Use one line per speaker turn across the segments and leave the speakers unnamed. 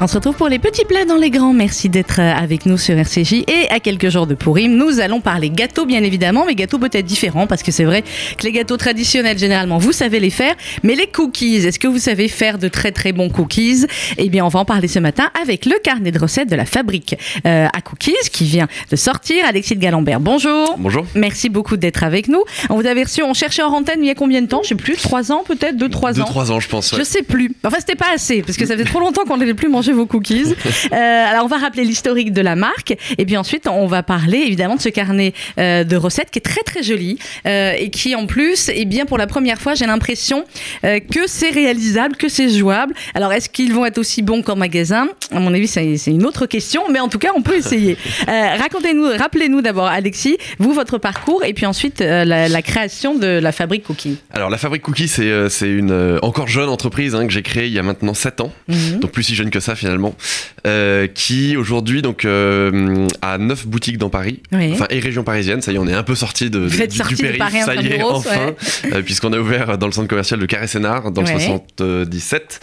On se retrouve pour les petits plats dans les grands. Merci d'être euh, avec nous sur RCJ. Et à quelques jours de Pourim, nous allons parler gâteaux, bien évidemment, mais gâteaux peut-être différents, parce que c'est vrai que les gâteaux traditionnels, généralement, vous savez les faire. Mais les cookies, est-ce que vous savez faire de très très bons cookies Eh bien, on va en parler ce matin avec le carnet de recettes de la fabrique euh, à cookies qui vient de sortir. Alexis de Galambert, bonjour.
Bonjour.
Merci beaucoup d'être avec nous. On vous avait reçu, on cherchait en antenne il y a combien de temps Je sais plus, trois ans peut-être, deux, trois
Deux,
ans.
trois ans, je pense. ouais.
Je sais plus. Enfin, c'était pas assez, parce que ça faisait trop longtemps qu'on n'avait plus mangé vos cookies. Euh, alors, on va rappeler l'historique de la marque. Et puis ensuite, on va parler évidemment de ce carnet euh, de recettes qui est très très joli euh, et qui, en plus, eh bien, pour la première fois, j'ai l'impression euh, que c'est réalisable, que c'est jouable. Alors, est-ce qu'ils vont être aussi bons qu'en magasin À mon avis, c'est c'est une autre question, mais en tout cas, on peut essayer. Euh, Racontez-nous, rappelez-nous d'abord, Alexis, vous, votre parcours, et puis ensuite, euh, la, la création de la fabrique Cookie.
Alors, la Fabrique Cookie, c'est euh, c'est une euh, encore jeune entreprise hein, que j'ai créée il y a maintenant 7 ans,
Mhm.
donc plus si jeune que ça finalement, euh, qui aujourd'hui donc euh, a 9 boutiques dans Paris,
Oui.
enfin et région parisienne. Ça y est, on est un peu sorti de,
Vous
de-
êtes
du,
sorti
du
de
périph',
Paris
ça y est,
intramuros,
enfin,
ouais.
euh, puisqu'on a ouvert dans le centre commercial de Carré Sénard dans le
Ouais.
77.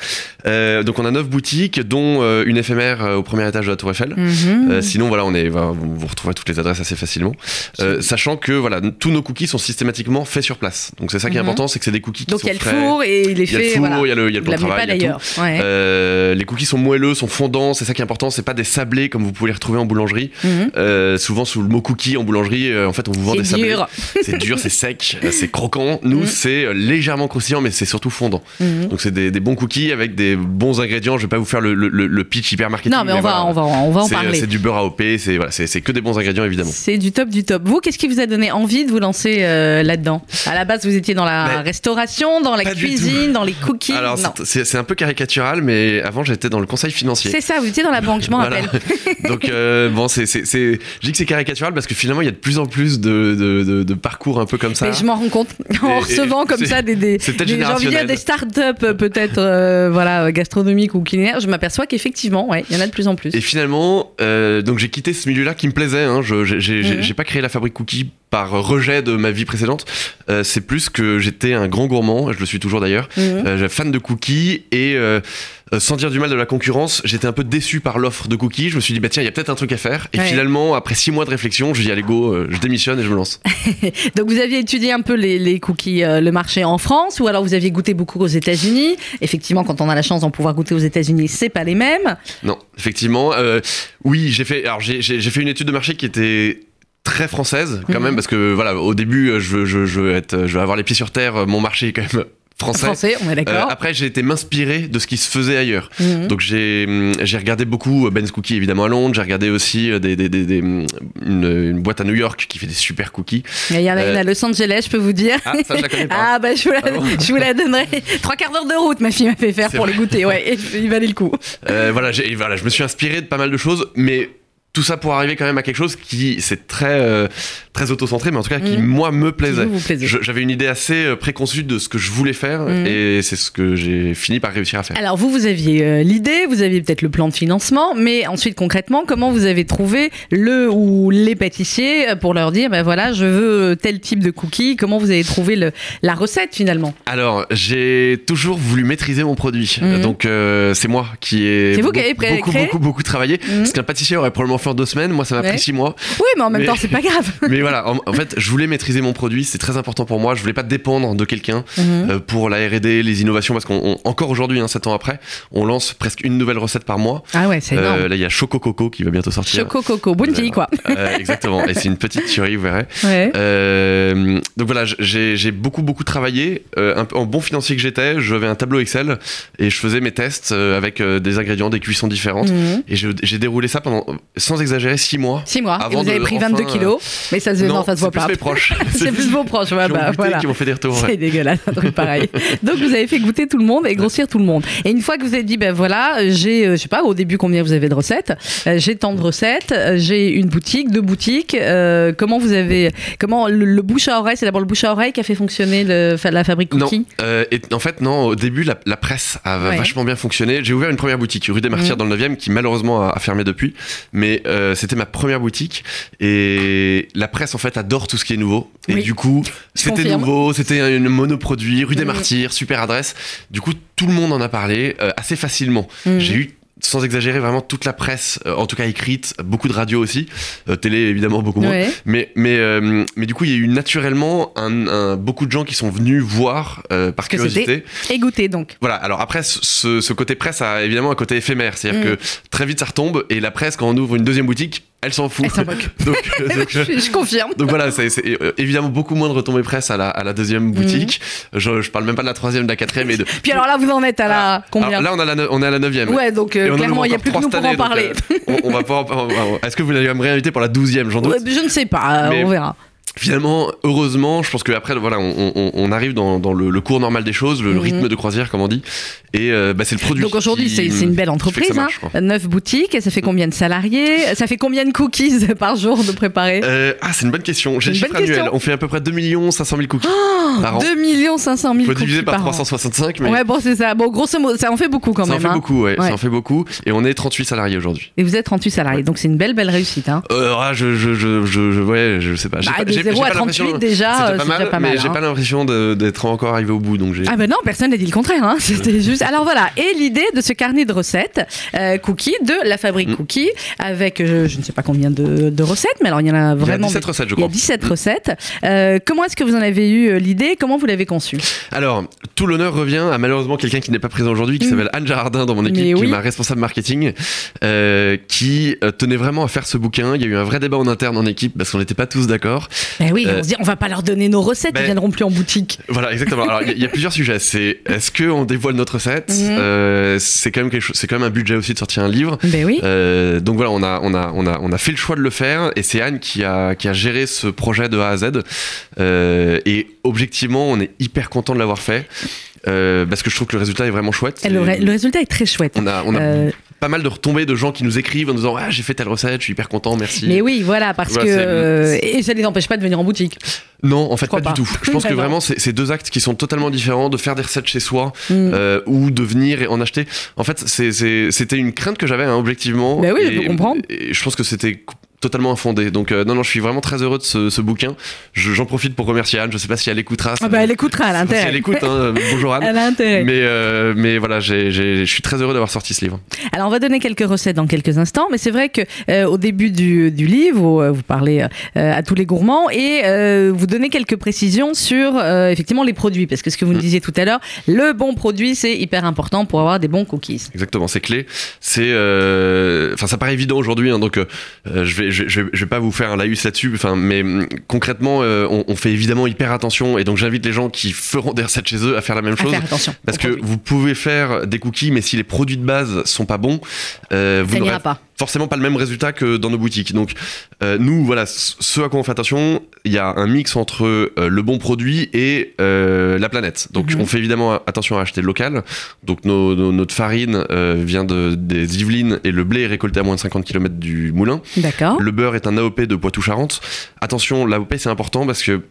Euh, donc, on a 9 boutiques, dont euh, une éphémère euh, au premier étage de la Tour Eiffel.
Mhm.
Euh, sinon, voilà, on est, voilà, vous vous retrouverez toutes les adresses assez facilement. Euh, sachant que voilà, n- tous nos cookies sont systématiquement faits sur place. Donc c'est ça qui est
Mhm.
important, c'est que c'est des cookies qui
Donc il
sont
y a le
frais.
four et il est
Il y a
fait.
le four,
voilà.
il y a le, il y a le
Vous
plan
l'avez
de
pas
travail, il y a tout.
d'ailleurs. Ouais.
Euh, les cookies sont moelleux, sont fondants, c'est ça qui est important. C'est pas des sablés comme vous pouvez les retrouver en boulangerie.
Mhm.
Euh, souvent sous le mot cookie en boulangerie, euh, en fait on vous vend des
C'est
sablés.
dur.
C'est dur, c'est sec, euh, c'est croquant. Nous
Mhm.
c'est euh, légèrement croustillant, mais c'est surtout fondant.
Mhm.
Donc c'est des, des bons cookies avec des bons ingrédients. Je vais pas vous faire le, le- le- le pitch hyper marketing.
Non, mais on va,
voilà.
on va, on va en
C'est-
parler.
C'est du beurre AOP, c'est voilà, c'est- c'est que des bons ingrédients évidemment.
C'est du top du top. Vous, qu'est-ce qui vous a donné envie de vous lancer euh, là-dedans À la base, vous étiez dans la
Mais-
restauration, dans la
Pas du
cuisine, dans les cookies.
Alors
non.
c'est- c'est c'est un peu caricatural, mais avant j'étais dans le conseil financier.
C'est ça, vous étiez dans la banque, je m'en
Voilà.
rappelle.
Donc euh, bon, c'est c'est- c'est- je dis que c'est caricatural parce que finalement il y a de plus en plus de, de, de- de parcours un peu comme ça.
Mais je m'en rends compte en
Et-
recevant
et-
comme
c'est-
ça des, des,
c'est peut-être
des- j'ai envie de dire
générationnel.
des start-up euh, peut-être euh, voilà, euh, gastronomiques ou culinaires, je m'aperçois qu'effectivement, ouais, il y en a de plus en plus.
Et finalement, euh, donc j'ai quitté ce milieu-là qui me plaisait. Hein. Je j'ai- j'ai j'ai-
Mhm.
j'ai pas créé la fabrique cookie par rejet de ma vie précédente. Euh, c'est plus que j'étais un grand gourmand. Je le suis toujours d'ailleurs.
Mhm.
Euh, j'ai- fan de cookies et euh, euh, sans dire du mal de la concurrence, j'étais un peu déçu par l'offre de cookies. Je me suis dit, bah tiens, il y a peut-être un truc à faire. Et
Ouais.
finalement, après six mois de réflexion, je dis, allez, go, euh, je démissionne et je me lance.
Donc vous aviez étudié un peu les, les cookies, euh, le marché en France, ou alors vous aviez goûté beaucoup aux États-Unis. Effectivement, quand on a la chance d'en pouvoir goûter aux États-Unis, c'est pas les mêmes.
non, effectivement. euh, oui, j'ai fait, alors, j'ai, j'ai- j'ai fait une étude de marché qui était très française quand
Mhm.
même parce que voilà au début euh, je veux, je, je veux être je veux avoir les pieds sur terre Euh, mon marché est quand même français,
Français, on est
Euh,
d'accord.
après j'ai été m'inspirer de ce qui se faisait ailleurs
Mhm.
Donc j'ai hum, j'ai regardé beaucoup euh, Ben's Cookie évidemment à Londres, j'ai regardé aussi euh, des, des- des- des, hum, une, une boîte à New York qui fait des super cookies.
Mais Il y en a une
euh,
à Los Angeles, je peux vous dire.
Ah ça je la connais pas.
Ah bah je vous, la,
Ah bon
je vous la donnerai. Trois quarts d'heure de route, ma fille m'a fait faire
C'est
pour les goûter. Ouais, et il valait le coup.
Euh, voilà, j'ai- voilà, je me suis inspiré de pas mal de choses, mais tout ça pour arriver quand même à quelque chose qui c'est très euh, très auto-centré, mais en tout cas qui
Mhm.
moi me plaisait.
Vous vous plaisez.
Je- J'avais une idée assez euh, préconçue de ce que je voulais faire
Mhm.
et c'est ce que j'ai fini par réussir à faire.
Alors vous, vous aviez euh, l'idée, vous aviez peut-être le plan de financement, mais ensuite concrètement, comment vous avez trouvé le ou les pâtissiers euh, pour leur dire, ben voilà, je veux tel type de cookie, comment vous avez trouvé le, la recette finalement
Alors, j'ai toujours voulu maîtriser mon produit.
Mhm.
Donc, euh, c'est moi qui ai
C'est vous qui
beaucoup,
avez pré-
beaucoup,
créé
beaucoup, beaucoup travaillé.
Mhm.
Parce qu'un pâtissier aurait probablement fait en deux semaines. Moi, ça m'a
Ouais.
pris six mois.
Oui, mais en même
Mais-
temps, c'est pas grave.
Mais voilà, en, en fait, je voulais maîtriser mon produit. C'est très important pour moi. Je voulais pas dépendre de quelqu'un
Mhm.
euh, pour la R&D, les innovations. Parce qu'on, on- encore aujourd'hui, hein, sept ans après, on lance presque une nouvelle recette par mois.
Ah ouais, c'est
Euh,
énorme.
là, il y a Choco Coco qui va bientôt sortir.
Choco Coco, bonne fille quoi.
Euh, exactement. Et c'est une petite tuerie, vous verrez.
Ouais.
Euh, donc voilà, j- j'ai j'ai beaucoup beaucoup travaillé. Euh, un peu- en bon financier que j'étais, j'avais un tableau Excel et je faisais mes tests euh, avec euh, des ingrédients, des cuissons différentes.
Mhm.
Et je- j'ai déroulé ça pendant, sans exagérer, six mois.
Six mois, et
Avant
vous avez
de-
pris
enfin,
22
euh,
kilos, mais ça se, non, ça se
c'est
voit
plus
pas.
mes proches.
C'est plus vos proches, ouais,
qui ont
bah,
goûté,
voilà.
qui m'ont fait des retours. ouais.
C'est dégueulasse, un truc pareil. Donc vous avez fait goûter tout le monde et grossir tout le monde. Et une fois que vous avez dit, ben voilà, euh, j'ai, euh, je sais pas, au début combien vous avez de recettes, euh, j'ai tant de recettes, euh, j'ai une boutique, deux boutiques. euh, comment vous avez, comment le, le bouche à oreille, c'est d'abord le bouche à oreille qui a fait fonctionner le, fa- la fabrique
Non,
cookie.
euh, et en fait non, au début la, la presse a
Ouais.
vachement bien fonctionné. J'ai ouvert une première boutique rue des Martyrs
Mhm.
dans le 9e qui malheureusement a, a fermé depuis, mais euh, c'était ma première boutique et la presse en fait adore tout ce qui est nouveau et
Oui.
du coup c'était
confirme.
nouveau, c'était un une monoproduit rue des
Mhm.
Martyrs, super adresse. Du coup tout le monde en a parlé euh, assez facilement.
Mhm.
J'ai eu sans exagérer, vraiment toute la presse, euh, en tout cas écrite, beaucoup de radio aussi, euh, télé évidemment beaucoup moins.
Ouais.
Mais, mais, euh, mais du coup, il y a eu naturellement un, un- beaucoup de gens qui sont venus voir euh, par
Que c'était-
curiosité.
Et goûter donc.
Voilà, alors après, ce- ce, ce côté presse a évidemment un côté éphémère, c'est-à-dire
Mm.
que très vite ça retombe et la presse, quand on ouvre une deuxième boutique, elle s'en fout.
Elle s'en moque.
donc, euh, donc, euh,
Eh, je, je confirme.
donc voilà, c'est c'est, euh, évidemment beaucoup moins de retombées presse à la, à la
Mm.
deuxième boutique. Je, je parle même pas de la troisième, de la quatrième et de.
Puis alors là, vous en êtes à la combien
Alors Ah. là, on, a la, neu- on est à la neuvième.
Ouais, donc euh,
Et on en
clairement, il n'y a plus
encore
que nous pour
trois
en
cette année,
parler.
donc, euh, on, on va pouvoir- on va- Est-ce que vous allez me réinviter pour la douzième J'en doute.
Ouais, je ne sais pas, euh,
Mais-
on verra.
Finalement, heureusement, je pense que après, voilà, on, on- on arrive dans, dans le, le cours normal des choses, le
Mhm.
rythme de croisière, comme on dit. Et euh, bah, c'est le produit.
Donc aujourd'hui,
qui-
c'est c'est une belle
qui fait que
entreprise.
ça marche, quoi.
hein. Neuf boutiques, et ça fait combien de salariés Ça fait combien de cookies par jour de préparer
Euh, ah, c'est une bonne question. J'ai le
C'est une
chiffre
bonne
annuel.
question.
On fait à peu près 2 500 000 cookies par an.
2 500 000
Faut
cookies
diviser par
par an.
365, mais
Ouais, bon, c'est ça. Bon, grosso modo, ça en fait beaucoup quand
ça en
même.
fait
hein.
beaucoup, ouais.
Ouais.
Ça en fait beaucoup. Et on est 38 salariés aujourd'hui.
Et vous êtes 38 salariés, donc c'est une belle, belle réussite. Hein.
Euh, ah, je, je, je, je, je- ouais, je sais pas. Euh, J'ai
Bah,
pas-
de
j'ai-
0
j'ai
à
pas l'impression-
38 déjà,
C'était
euh,
pas mal, mais j'ai
hein.
pas l'impression de- d'être encore arrivé au bout, donc j'ai.
Ah ben non, personne n'a dit le contraire. hein. C'était juste. Alors voilà. Et l'idée de ce carnet de recettes euh, cookie de la fabrique
Mm.
cookie avec euh, je ne sais pas combien de, de recettes, mais alors il y en a
Il y a
vraiment.
17 recettes, je
Il y a
crois.
17
Mm.
recettes. Euh, comment est-ce que vous en avez eu euh, l'idée Comment vous l'avez conçue
Alors, tout l'honneur revient à malheureusement quelqu'un qui n'est pas présent aujourd'hui, qui
Mm.
s'appelle Anne Jarardin dans mon équipe,
Mais
qui
oui.
est ma responsable marketing, euh, qui euh, tenait vraiment à faire ce bouquin. Il y a eu un vrai débat en interne en équipe parce qu'on n'était pas tous d'accord.
Ben oui,
Euh,
on se dit on va pas leur donner nos recettes,
ben-
ils viendront plus en boutique.
Voilà, exactement. Alors, il y a- il y, a plusieurs sujets. C'est est-ce que on dévoile notre recette
Mhm.
Euh, C'est quand même quelque chose. C'est quand même un budget aussi de sortir un livre.
Ben oui.
Euh, donc voilà, on a, on, a, on, a, on a fait le choix de le faire et c'est Anne qui a, qui a géré ce projet de A à Z. Euh, et objectivement, on est hyper content de l'avoir fait euh, parce que je trouve que le résultat est vraiment chouette.
Et le, ré-
Et
le résultat est très chouette.
On a, on a
Euh,
pas mal de retombées de gens qui nous écrivent en disant Ah, j'ai fait telle recette, je suis hyper content, merci.
mais oui, voilà, parce
Voilà,
que
c'est-
euh, et ça les empêche pas de venir en boutique.
Non, en
Je
fait,
crois
pas, du
pas.
tout. Je pense que
Non.
vraiment, c'est c'est deux actes qui sont totalement différents de faire des recettes chez soi.
Mm.
euh, ou de venir et en acheter. En fait, c'est- c'est- c'était une crainte que j'avais, hein, objectivement.
Bah oui, je
et-
peux comprendre.
Et je pense que c'était co- totalement infondé. Donc, euh, non, non, je suis vraiment très heureux de ce, ce bouquin. Je- J'en profite pour remercier Anne. Je sais pas si elle écoutera. ça-
Ah ben, elle écoutera à
si
l'intérieur. Ah
elle écoute, hein, bonjour Anne.
Elle a intérêt.
Mais, euh, mais voilà, j'ai- j'ai- je suis très heureux d'avoir sorti ce livre.
Alors on va donner quelques recettes dans quelques instants, mais c'est vrai que euh, au début du, du livre, où, euh, vous parlez euh, à tous les gourmands et euh, vous donnez quelques précisions sur euh, effectivement les produits, parce que ce que vous nous
Mm.
disiez tout à l'heure, le bon produit c'est hyper important pour avoir des bons cookies.
Exactement, c'est clé. C'est, euh, enfin, ça paraît évident aujourd'hui, hein, donc euh, je vais, je, je- je vais pas vous faire un laïus là-dessus. Enfin, mais hum, concrètement, euh, on, on fait évidemment hyper attention, et donc j'invite les gens qui feront des recettes chez eux à faire la même
À
chose.
faire attention.
Parce
aux
que
produits.
vous pouvez faire des cookies, mais si les produits de base sont pas bons, euh, vous
ça n'ira
n'aurez
pas.
forcément pas le même résultat que dans nos boutiques. Donc, euh, nous, voilà, c- ce à quoi on fait attention, il y a un mix entre euh, le bon produit et euh, la planète. Donc,
Mhm.
on fait évidemment attention à acheter local. Donc, nos- nos- notre farine euh, vient de, des Yvelines et le blé est récolté à moins de 50 km du moulin.
D'accord.
Le beurre est un AOP de Poitou-Charentes. Attention, l'AOP, c'est important parce que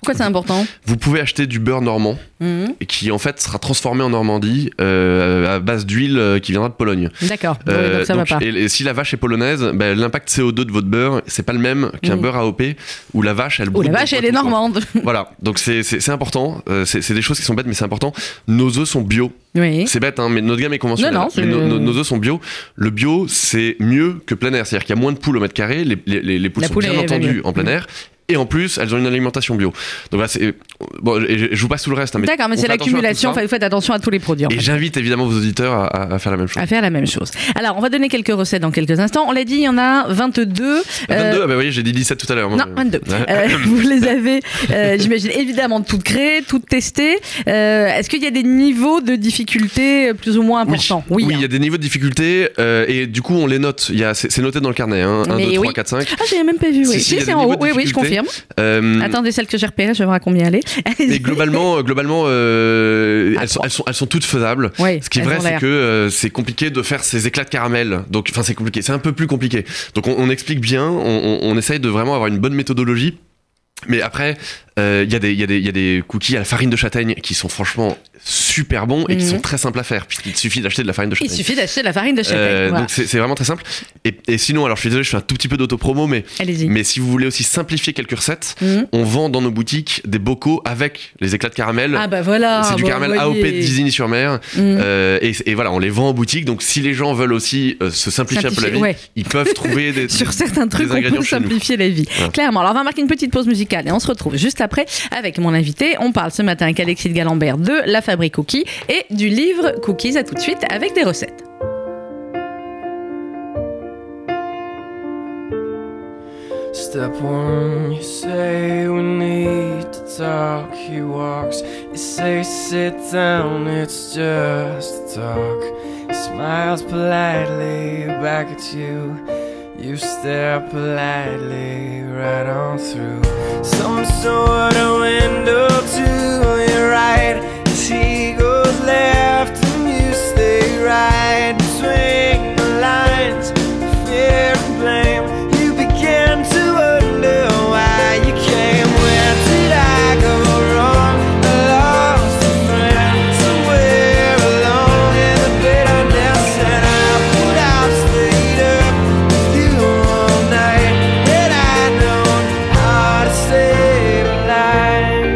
Pourquoi c'est important
vous pouvez acheter du beurre normand
Mhm.
et qui en fait sera transformé en Normandie euh, à base d'huile euh, qui viendra de Pologne.
D'accord. Oui,
Euh,
donc ça
donc,
va pas.
Et, et si la vache est polonaise, ben, l'impact CO2 de votre beurre, c'est pas le même qu'un
Mm.
beurre AOP où la vache, elle.
Oh la
broute
vache,
dans
elle
le
est
poitou.
normande.
Voilà, donc c'est- c'est c'est important. Euh, c'est c'est des choses qui sont bêtes, mais c'est important. Nos œufs sont bio.
oui.
C'est bête, hein, mais notre gamme est conventionnelle.
Non, non,
Mais
c'est-
nos- nos- nos œufs sont bio. Le bio, c'est mieux que plein air. C'est-à-dire qu'il y a moins de poules au mètre carré. Les, les- les- les poules
La
sont
poule
bien
est- va
entendues
mieux.
en plein
Mm.
air. Et en plus, elles ont une alimentation bio. Donc voilà, c'est. Bon, et je, je vous passe tout le reste. hein, mais
D'accord, mais
on
c'est
fait attention à tout
l'accumulation.
ça.
Enfin, vous faites attention à tous les produits. en
Et
fait.
j'invite évidemment vos auditeurs à, à- à faire la même chose.
à faire la même chose. Alors, on va donner quelques recettes dans quelques instants. On l'a dit, il y en a 22. euh,
22, ah bah oui, j'ai dit 17 tout à l'heure. moi,
Non,
je-
22.
Ouais.
Euh, vous les avez, euh, j'imagine, évidemment toutes créées, toutes testées. Euh, Est-ce qu'il y a des niveaux de difficulté euh, plus ou moins importants
Oui, il
hein.
y a des niveaux de difficulté euh, et du coup on les note. Il y a- C'est c'est noté dans le carnet, hein, 1,
Mais
2, 3,
oui.
4, 5.
Ah, j'ai même pas vu.
Si,
Oui,
si, il y a
c'est
des
en
niveaux
haut.
de
Oui, oui, je
difficulté.
confirme.
Euh,
Attendez, celle que j'ai repérée, je vais voir combien elle est.
et globalement, euh, globalement euh,
Ah,
elles, sont,
trois.
elles, sont, elles sont toutes faisables.
Ouais,
Ce qui est
elles
vrai,
ont
c'est
l'air.
que euh, c'est compliqué de faire ces éclats de caramel. Donc, enfin, c'est compliqué. C'est un peu plus compliqué. Donc, on, on explique bien. On, on- on essaye de vraiment avoir une bonne méthodologie. Mais après, euh, Euh, Il y, a des- il y, a des- il y a des cookies à la farine de châtaigne qui sont franchement super bons et qui
Mhm.
sont très simples à faire, puisqu'il te suffit d'acheter de la farine de
Il
châtaigne.
suffit d'acheter de la farine de châtaigne.
Euh,
voilà.
Donc c'est c'est vraiment très simple. Et, et sinon, alors je suis désolé, je fais un tout petit peu d'autopromo, mais,
Allez-y.
mais si vous voulez aussi simplifier quelques recettes,
Mhm.
on vend dans nos boutiques des bocaux avec les éclats de caramel.
Ah bah voilà.
c'est du
bon,
caramel
vous
AOP de
voyez.
Désigny-sur-Mer.
Mhm.
Euh, et, et voilà, on les vend en boutique. Donc si les gens veulent aussi euh, se simplifier, un peu la vie,
Simplifier, ouais.
ils peuvent trouver des.
Sur certains trucs, on
ingrédients
peut
chez nous.
simplifier la vie.
Voilà.
Clairement. Alors, on va marquer une petite pause musicale et on se retrouve juste après avec mon invité. On parle ce matin avec Alexis de Galambert de La Fabrique Cookies et du livre Cookies. À tout de suite avec des recettes.
Step one, you say we need to talk. He walks, you say sit down, it's just a talk. He smiles politely back at you. You stare politely right on through some sort of window to your right. As he goes left and you stay right between the lines, fear and blame. You begin to wonder why you came. Where did I go wrong? I lost a friend somewhere along in the bitterness, and I put out, stayed up with you all night. Had I known how to save a life.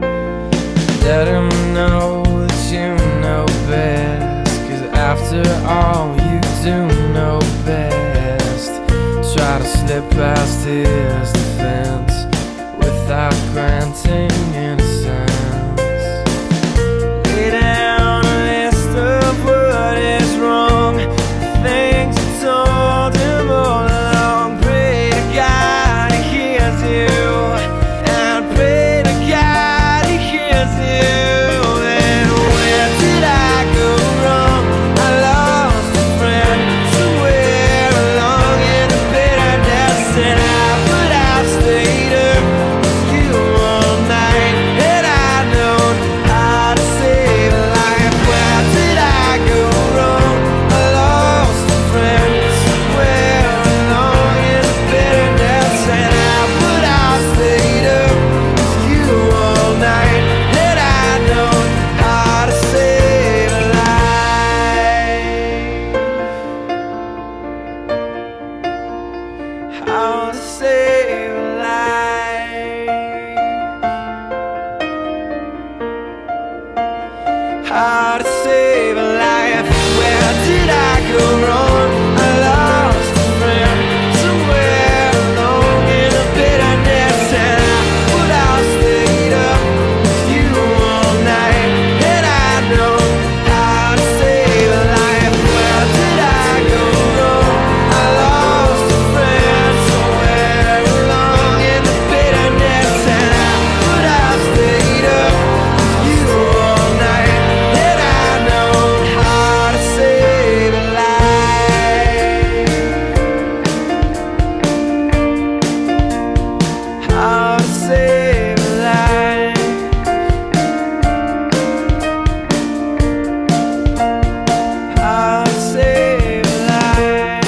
Let him know that you know best. Cause after all, you do know best. Try to slip past his defense without granting innocence. Lay down a list of what is wrong. Things you told him all along. Pray to God he hears you. And pray to God he hears you. And where did I go wrong? I lost a friend somewhere along in the bitterness. And I would have stayed up with you all night. Had I known how to save a life, where did I go wrong? I lost a friend somewhere along in the bitterness, and I would have stayed up with you all night. Had I known how to save a life, how to save a life. How to save a life? Where did I go wrong? I lost a friend somewhere along in the bitterness, and I would have stayed up with you all night. Had I known how to save a life, where did I go wrong? I lost a friend somewhere along in the bitterness, and I would have stayed up with you all night. Had I known how to save a life, how to save a life, how to save a life.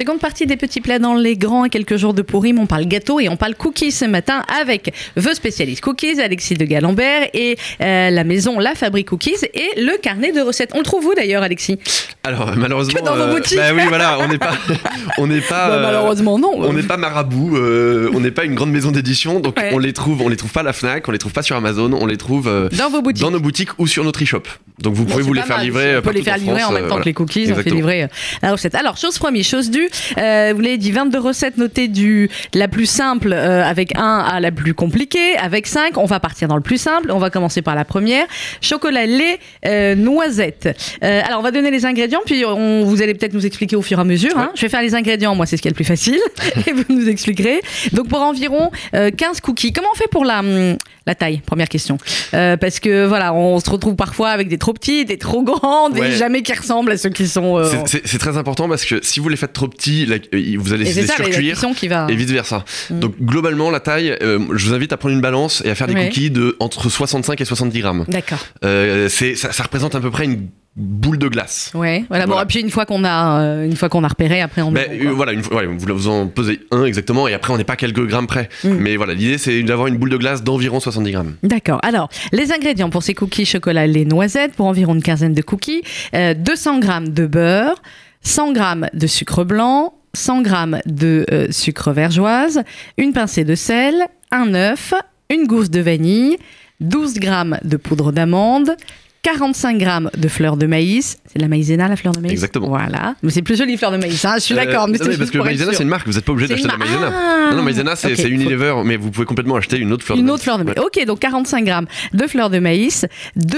Seconde partie des petits plats dans les grands, à quelques jours de pourrim, on parle gâteau et on parle cookies ce matin avec vos spécialistes cookies, Alexis de Galambert et euh, la maison La Fabrique Cookies et le carnet de recettes. On le trouve où d'ailleurs, Alexis
Alors malheureusement.
Que dans vos boutiques.
bah oui, voilà, on n'est pas. on n'est pas.
Bah,
euh,
Malheureusement, non.
On n'est pas marabout, euh, on n'est pas une grande maison d'édition, donc
Ouais.
on les trouve, on les trouve pas à la Fnac, on les trouve pas sur Amazon, on les trouve euh,
Dans vos boutiques.
dans nos boutiques ou sur notre e-shop. Donc vous
Bon,
pouvez
Bah, c'est
vous les
pas
faire
mal,
livrer.
On peut les
partout
faire livrer en
France,
même temps
euh,
que les cookies, on fait
Exactement.
livrer euh, la recette. Alors, chose première, chose due, euh, vous l'avez dit, 22 recettes notées du de la plus simple euh, avec 1 à la plus compliquée, avec 5, on va partir dans le plus simple, on va commencer par la première, chocolat, lait, euh, noisettes. Euh, alors, on va donner les ingrédients, puis on, vous allez peut-être nous expliquer au fur et à mesure. hein. Je vais faire les ingrédients, moi c'est ce qui est le plus facile, et vous nous expliquerez. Donc, pour environ euh, 15 cookies, comment on fait pour la, hum, la taille Première question. Euh, parce que voilà, on se retrouve parfois avec des trop petits, des trop grands, des
Ouais.
jamais qui ressemblent à ceux qui sont. euh,
C'est- C'est c'est très important parce que si vous les faites trop petit, la- euh, vous allez
Et
les
c'est ça, la- la
surcuire
cuisson qui va.
et vice versa.
Mm.
Donc globalement, la taille, euh, je vous invite à prendre une balance et à faire des
Ouais.
cookies de entre 65 et 70 grammes.
D'accord.
Euh, c'est ça, ça représente à peu près une boule de glace.
Ouais. Voilà. Bon,
Voilà.
et puis une fois qu'on a, euh, une fois qu'on a repéré, après on.
Mais
met bon,
euh,
quoi.
voilà, une, fois- ouais, vous, vous en pesez un exactement et après on n'est pas quelques grammes près.
Mm.
Mais voilà, l'idée c'est d'avoir une boule de glace d'environ 70 grammes.
D'accord. Alors, les ingrédients pour ces cookies chocolat, les noisettes, pour environ une quinzaine de cookies, euh, 200 g de beurre, 100 g de sucre blanc, 100 g de euh, sucre vergeoise, une pincée de sel, un œuf, une gousse de vanille, 12 g de poudre d'amande, 45 g de fleur de maïs. C'est de la maïzena, la fleur de maïs
Exactement.
Voilà. Mais c'est plus joli, fleur de maïs, hein, je suis d'accord.
Euh,
mais
non,
c'était
mais parce
juste
que
pour être
Maïzena
sûre.
c'est une marque, vous n'êtes pas obligé
C'est
d'acheter de
une
la Maïzena.
ma-
Non, non, Maïzena c'est
Ok,
c'est
faut-
Unilever, mais vous pouvez complètement acheter une autre fleur de
une
maïs.
autre fleur de maïs.
Ouais.
Ok, donc 45 grammes de fleur de maïs,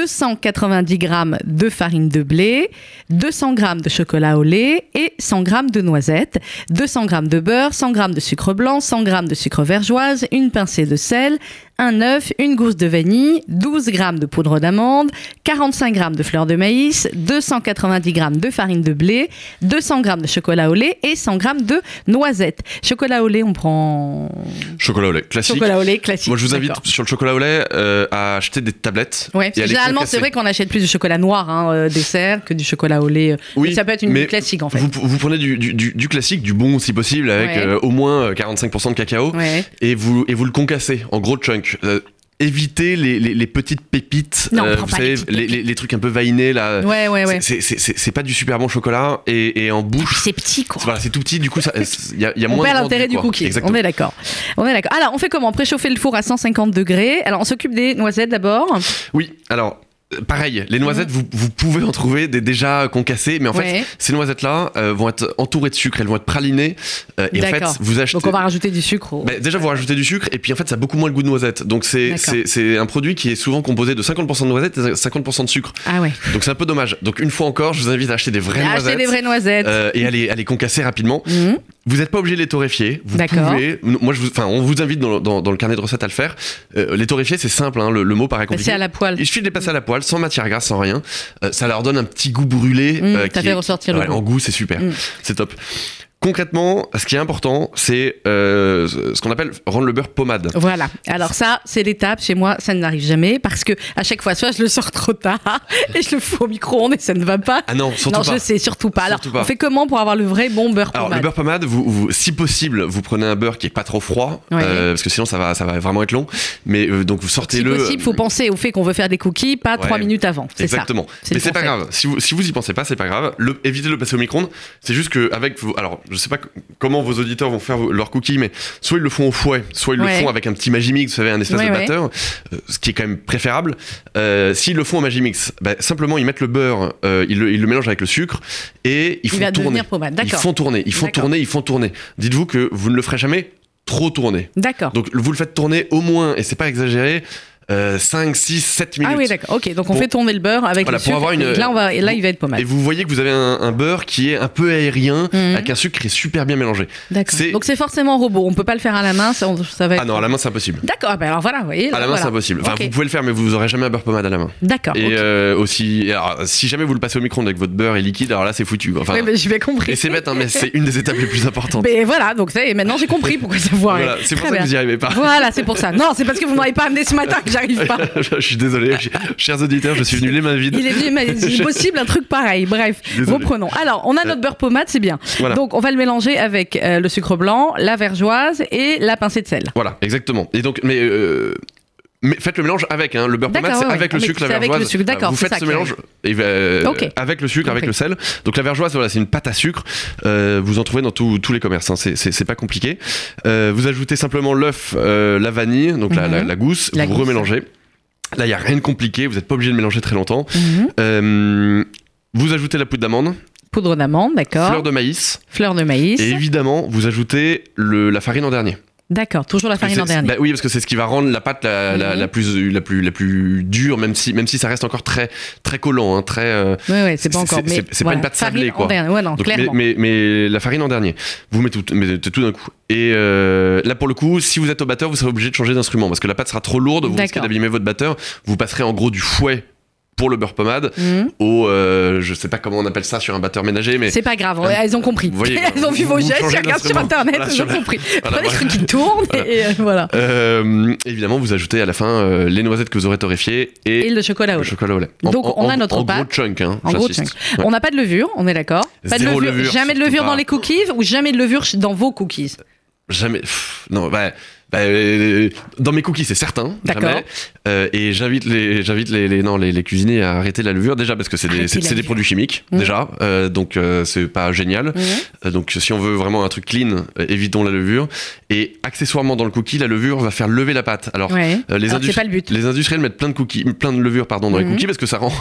290 grammes de farine de blé, 200 grammes de chocolat au lait et 100 grammes de noisettes, 200 grammes de beurre, 100 grammes de sucre blanc, 100 grammes de sucre vergeoise, une pincée de sel, un œuf, une gousse de vanille, 12 grammes de poudre d'amande, 45 grammes de fleur de maïs, 290 grammes de farine de blé, 200 grammes de chocolat au lait et 100 grammes de noisettes. Chocolat au lait, on prend
Chocolat au lait, classique.
chocolat au lait classique.
Moi, je vous invite
d'accord.
sur le chocolat au lait euh, à acheter des tablettes.
Ouais,
et à
parce que
les
généralement,
concasser.
c'est vrai qu'on achète plus de chocolat noir, hein, euh, dessert, que du chocolat au lait.
Oui,
Mais ça peut être une
mais
classique, en fait.
Vous, vous prenez du, du- du- du classique, du bon si possible, avec
Ouais.
euh, au moins euh, 45% de cacao,
Ouais.
et, vous, et vous le concassez en gros chunk. Euh, évitez les, les- les petites pépites, euh,
Non, prends
vous
pas les
savez,
petites
les, les- les trucs un peu vainés là.
ouais, ouais, ouais.
Euh, C'est- c'est- C'est c'est pas du super bon chocolat, et, et en bouche,
C'est petit, quoi.
voilà, c'est tout petit, du coup, il y a, y a
on
moins
perd
de
l'intérêt
rendu,
du
quoi.
cookie.
Exactement.
On est d'accord. On est d'accord. Alors, on fait comment Préchauffer le four à 150 degrés. Alors, on s'occupe des noisettes d'abord.
Oui, alors. euh, Pareil, les noisettes, vous, vous pouvez en trouver des déjà concassées, mais en fait,
Mm. Ouais.
ces noisettes-là euh, vont être entourées de sucre, elles vont être pralinées, euh, et en fait,
D'accord.
vous achetez.
Donc, on va rajouter du sucre. au-
Bah, déjà, vous rajoutez du sucre, et puis en fait, ça a beaucoup moins le goût de noisette. Donc, c'est-
D'accord.
c'est c'est un produit qui est souvent composé de 50% de noisettes et 50% de sucre.
Ah ouais.
Donc, c'est un peu dommage. Donc, une fois encore, je vous invite à acheter des vraies
Acheter
noisettes.
des vraies noisettes.
euh, et à les, à les concasser rapidement.
Mhm.
Vous n'êtes pas obligé de les torréfier. Vous
D'accord.
pouvez. Moi, je vous, enfin, on vous invite dans, le- dans- dans le carnet de recettes à le faire. Euh, les torréfier, c'est simple. hein, le, le mot paraît compliqué.
Passer à la poêle.
Il suffit de les passer à la poêle, sans matière grasse, sans rien. Euh, ça leur donne un petit goût brûlé.
Mhm,
euh,
T'as
qui
fait
est-
ressortir le
Ouais,
goût.
En goût, c'est super.
Mm.
C'est top. Concrètement, ce qui est important, c'est euh, ce qu'on appelle rendre le beurre pommade.
Voilà. Alors ça, c'est l'étape. Chez moi, ça n'arrive jamais parce que à chaque fois, soit je le sors trop tard et je le fous au micro-ondes et ça ne va pas.
Ah non, surtout
non,
pas.
je sais surtout pas. Alors,
Surtout pas.
on fait comment pour avoir le vrai bon beurre
Alors
pommade
le beurre pommade, vous, vous- si possible, vous prenez un beurre qui est pas trop froid,
Ouais.
euh, parce que sinon ça va, ça va vraiment être long. Mais euh, donc vous
Si
sortez-le.
possible, faut penser au fait qu'on veut faire des cookies, pas
Ouais.
trois minutes avant. C'est ça.
Exactement.
C'est
Mais
le
c'est pas
concept.
grave. Si vous, si vous y pensez pas, c'est pas grave. Le- évitez de le passer au micro-ondes. C'est juste que avec vos- alors je sais pas c- comment vos auditeurs vont faire vos- leurs cookies, mais soit ils le font au fouet, soit ils
Ouais.
le font avec un petit Magimix, vous savez, un espèce
Ouais,
de
ouais.
batteur, euh, ce qui est quand même préférable. Euh, S'ils le font au Magimix, bah, simplement ils mettent le beurre, euh, ils, le, ils le mélangent avec le sucre et ils
Il
font
va
tourner.
devenir pommade.
Ils
D'accord.
font tourner, ils font
D'accord.
tourner, ils font tourner. Dites-vous que vous ne le ferez jamais trop tourner.
D'accord.
Donc vous le faites tourner au moins, et c'est pas exagéré, euh, 5, 6, 7 minutes.
Ah oui, d'accord. Ok, donc on
Pour-
fait tourner le beurre avec le
Voilà, pour
sucre.
avoir une- euh,
Donc Là, on va... et là, il va être
Et
pommade.
vous voyez que vous avez un, un beurre qui est un peu aérien,
Mhm.
avec un sucre qui est super bien mélangé. Ah
D'accord.
c'est-
Donc c'est forcément robot. On peut pas le faire à la main. Ça, on- ça va être...
Ah non, à la main c'est impossible.
D'accord. ah bah alors voilà, vous voyez.
À
là,
la main
voilà.
c'est impossible. Enfin,
Ok.
vous pouvez le faire, mais vous aurez jamais un beurre pommade à la main.
D'accord.
Et
ok.
euh, aussi, alors, si jamais vous le passez au micro-ondes avec votre beurre est liquide, alors là c'est foutu. quoi. Enfin,
Oui, mais ben, j'ai bien compris.
et c'est bête, hein, mais c'est une des étapes les plus importantes.
Mais voilà, donc ça y est, maintenant j'ai compris pourquoi ça voit.
Voilà, c'est pour ça que vous y arrivez pas.
Voilà, c'est pour ça. Non, c'est parce que vous m'avez pas amené ce matin que j'arrive pas.
je suis désolé, je- chers auditeurs, je suis venu les mains vides.
Il est venu, il m'a dit, c'est possible un truc pareil. Bref,
Désolé.
reprenons. Alors, on a notre beurre pommade, c'est bien.
Voilà.
Donc, on va le mélanger avec euh, le sucre blanc, la vergeoise et la pincée de sel.
Voilà, exactement. Et donc, mais, euh, mais faites le mélange avec, hein. le beurre
D'accord,
pommade, c'est
ouais,
avec
ouais.
le
Ah, mais
sucre, la
c'est avec
vergeoise.
le sucre, d'accord,
Vous
c'est
faites
ça
ce
qui
mélange et, euh,
Ok.
avec le sucre, avec
Compris.
le sel. Donc la vergeoise, voilà, c'est une pâte à sucre. Euh, vous en trouvez dans tous- tous les commerces, hein. c'est- c'est c'est pas compliqué. Euh, vous ajoutez simplement l'œuf, euh, la vanille, donc la,
Mhm.
la- la gousse,
La
vous
gousse.
remélangez. Là, il n'y a rien de compliqué, vous n'êtes pas obligé de mélanger très longtemps. Euh, vous ajoutez la poudre d'amande,
Poudre d'amande, d'accord.
fleur de maïs,
Fleur de maïs.
et évidemment, vous ajoutez le, la farine en dernier.
D'accord, toujours la farine
C'est-
en dernier.
bah oui, parce que c'est ce qui va rendre la pâte la, la-
Mhm.
la plus, la, plus, la plus dure, même si, même si ça reste encore très, très collant. hein, très, euh,
Oui, oui, c'est pas
c'est-
encore.
c'est-
mais
c'est pas
voilà,
une pâte
farine
sablée, quoi.
en dernier. Ouais, non,
donc, mais,
Oh, clairement.
mais, mais la farine en dernier. Vous mettez tout, mettez tout d'un coup. Et euh, là, pour le coup, si vous êtes au batteur, vous serez obligé de changer d'instrument parce que la pâte sera trop lourde, vous risquez
D'accord.
d'abîmer votre batteur. Vous passerez en gros du fouet pour le beurre pommade
Mhm.
au euh, je sais pas comment on appelle ça sur un batteur ménager mais
C'est pas grave,
Euh,
elles ont compris.
vous voyez,
elles ont vu
vous-
vos
vous
gestes,
changez
elles regardent sur
d'instrument.
internet,
Voilà,
elles ont
sur la-
compris.
voilà,
Prenez
voilà.
ce truc qui tourne et euh, voilà.
Euh, évidemment vous ajoutez à la fin euh, les noisettes que vous aurez torréfiées et,
Et le chocolat au
le
lait.
chocolat au lait
Donc, on a notre
en
repas.
gros chunk hein,
En gros,
j'insiste. Ouais.
On n'a pas de levure, on est d'accord. Pas de
Zéro
levure,
levure,
jamais de
surtout
levure
pas.
dans les cookies ou jamais de levure dans vos cookies.
jamais pff, non bah, bah, euh, dans mes cookies c'est certain
D'accord.
jamais. Euh, et j'invite les j'invite les, les- non les, les cuisiniers à arrêter la levure déjà parce que c'est
Arrêtez
des, c'est-
la
c'est des
levure.
produits chimiques
Mhm.
déjà euh, donc euh, c'est pas génial Euh, Donc si on veut vraiment un truc clean, euh, évitons la levure. Et accessoirement dans le cookie, la levure va faire lever la pâte. Alors,
Ouais.
euh, les,
Alors, c'est
industri-
pas le but.
les industriels mettent plein de cookies, plein de levure pardon dans les
Mhm.
cookies parce que ça rend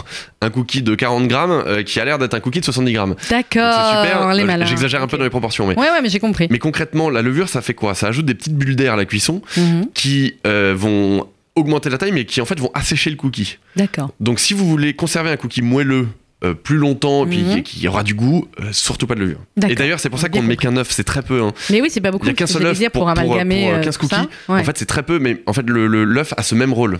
un cookie de 40 grammes euh, qui a l'air d'être un cookie de 70 grammes. Donc,
D'accord.
c'est super.
les
Euh,
malins.
J'exagère un peu
Ok.
dans les proportions, mais.
Ouais, ouais, mais j'ai compris.
Mais concrètement, la levure, ça fait quoi Ça ajoute des petites bulles d'air à la cuisson
Mhm.
qui euh, vont augmenter la taille, mais qui en fait vont assécher le cookie.
D'accord.
Donc, si vous voulez conserver un cookie moelleux euh, plus longtemps et puis
Mhm.
qui, qui aura du goût, euh, surtout pas de levure. Et
D'accord.
d'ailleurs, c'est pour ça
Bien
qu'on ne met
compris.
qu'un œuf, c'est très peu. hein.
Mais oui, c'est pas beaucoup.
Il y a qu'un seul
j'allais
œuf
dire,
pour- pour-
amalgamer
pour, euh,
euh,
15
tout ça.
cookies.
Ouais.
En fait, c'est très peu, mais en fait, le- le- l'œuf a ce même rôle.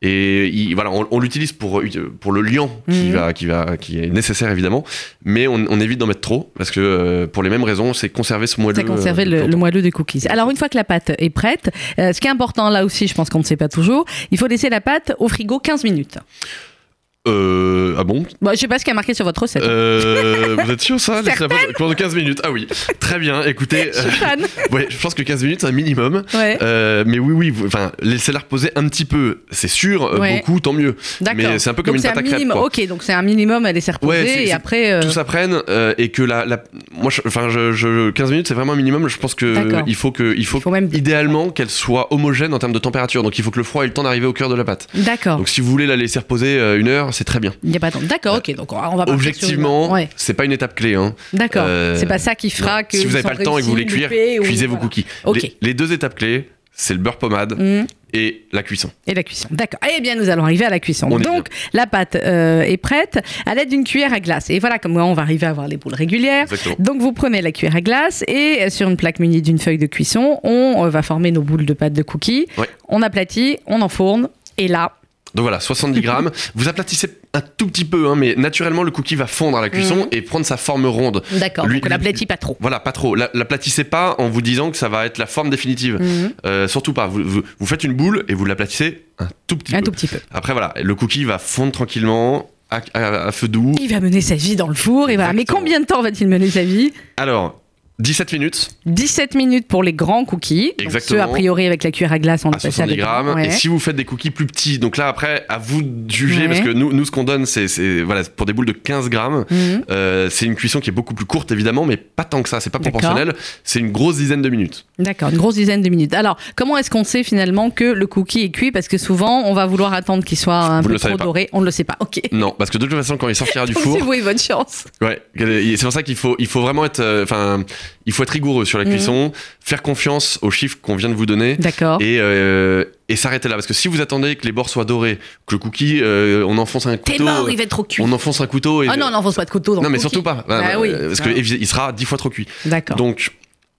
Et il- voilà, on, on l'utilise pour, euh, pour le liant qui,
Mhm.
va, qui, va, qui est nécessaire évidemment, mais on, on évite d'en mettre trop parce que euh, pour les mêmes raisons, c'est conserver ce moelleux.
Ça conservait
euh,
le,
longtemps.
le moelleux des cookies. Alors une fois que la pâte est prête, euh, ce qui est important là aussi, je pense qu'on ne sait pas toujours, il faut laisser la pâte au frigo 15 minutes.
Euh, ah bon
Bon, je sais pas ce qui a marqué sur votre recette.
Euh, Vous êtes sûr ça Laissez la pause- Pendant 15 minutes. Ah oui, très bien. Écoutez,
Je suis fan.
euh, ouais, je pense que 15 minutes, c'est un minimum.
Ouais.
Euh, mais oui, oui, vous- enfin, laissez-la reposer un petit peu, c'est sûr, euh,
Ouais.
beaucoup, tant mieux.
D'accord.
mais c'est un peu
Donc,
comme une
c'est
pâte à crêpes,
minimum.
quoi.
Ok, donc c'est un minimum à laisser reposer
Ouais, c'est-
et
c'est-
après. euh,
tout s'apprenne euh, et que la, la- moi je- enfin je, je- 15 minutes c'est vraiment un minimum je pense que
D'accord.
il faut que il faut,
il faut même.
idéalement qu'elle soit homogène en termes de température donc il faut que le froid ait le temps d'arriver au cœur de la pâte
D'accord.
donc si vous voulez la laisser reposer euh, une heure c'est très bien
Il y a pas de- D'accord. Ok. Donc on va. partir sur bah, une-
objectivement
Ouais.
c'est pas une étape clé hein.
D'accord.
Euh,
c'est pas ça qui fera
non.
que.
si vous
ils
n'avez pas
sont
le temps et que vous voulez
réussis,
cuire
loupés ou-
cuisez vos
voilà.
cookies
Ok.
les, les deux étapes clés c'est le beurre pommade
Mhm.
et la cuisson
Et la cuisson. D'accord. Eh bien, nous allons arriver à la cuisson.
On est
Donc, la pâte euh, est prête à l'aide d'une cuillère à glace. Et voilà comment on va arriver à avoir les boules régulières.
exactement
Donc, vous prenez la cuillère à glace et euh, sur une plaque munie d'une feuille de cuisson, on euh, va former nos boules de pâte de cookies.
Ouais.
On aplatit, on enfourne. Et là,
donc voilà 70 grammes vous aplatissez un tout petit peu hein, mais naturellement le cookie va fondre à la cuisson
Mhm.
et prendre sa forme ronde
d'accord.
Lui-
Donc, on aplatit pas trop.
Voilà, pas trop. La- L'aplatissez pas en vous disant que ça va être la forme définitive.
Mhm.
Euh, surtout pas. Vous, vous, vous faites une boule et vous l'aplatissez un tout petit
Un
peu.
tout petit peu.
Après, voilà, le cookie va fondre tranquillement à, à- à feu doux.
Il va mener sa vie dans le four. Et voilà. Mais
Exactement.
combien de temps va-t-il mener sa vie
Alors, 17 minutes
17 minutes pour les grands cookies. Donc,
Exactement.
ceux, a priori, avec la cuillère à glace, on
à
appelle ça
70
des
grammes.
Ouais.
Et si vous faites des cookies plus petits, donc là, après, à vous de juger,
Ouais.
parce que nous, nous ce qu'on donne, c'est c'est- voilà, pour des boules de 15 grammes.
Mhm.
euh, c'est une cuisson qui est beaucoup plus courte évidemment, mais pas tant que ça, c'est pas
D'accord.
proportionnel, c'est une grosse dizaine de minutes.
D'accord, une grosse dizaine de minutes. Alors, comment est-ce qu'on sait finalement que le cookie est cuit Parce que souvent, on va vouloir attendre qu'il soit un
Vous ne
peu
le savez
trop
pas.
doré. On ne le sait pas. Ok.
Non, parce que de toute façon quand il sortira du
Donc,
four,
C'est vous et bonne chance.
Ouais, c'est pour ça qu'il faut, il faut vraiment être, euh, enfin, il faut être rigoureux sur la
Mhm.
cuisson, faire confiance aux chiffres qu'on vient de vous donner
D'accord.
et, euh, et s'arrêter là. Parce que si vous attendez que les bords soient dorés, que le cookie, euh, on enfonce un
T'es
couteau,
mort, il va être trop cuit.
on enfonce un couteau et
Ah non, on n'enfonce pas de couteau dans
non
le
mais
cookie.
surtout pas,
Bah
Euh,
oui.
parce que
Ah.
évi- il sera dix fois trop cuit.
D'accord.
Donc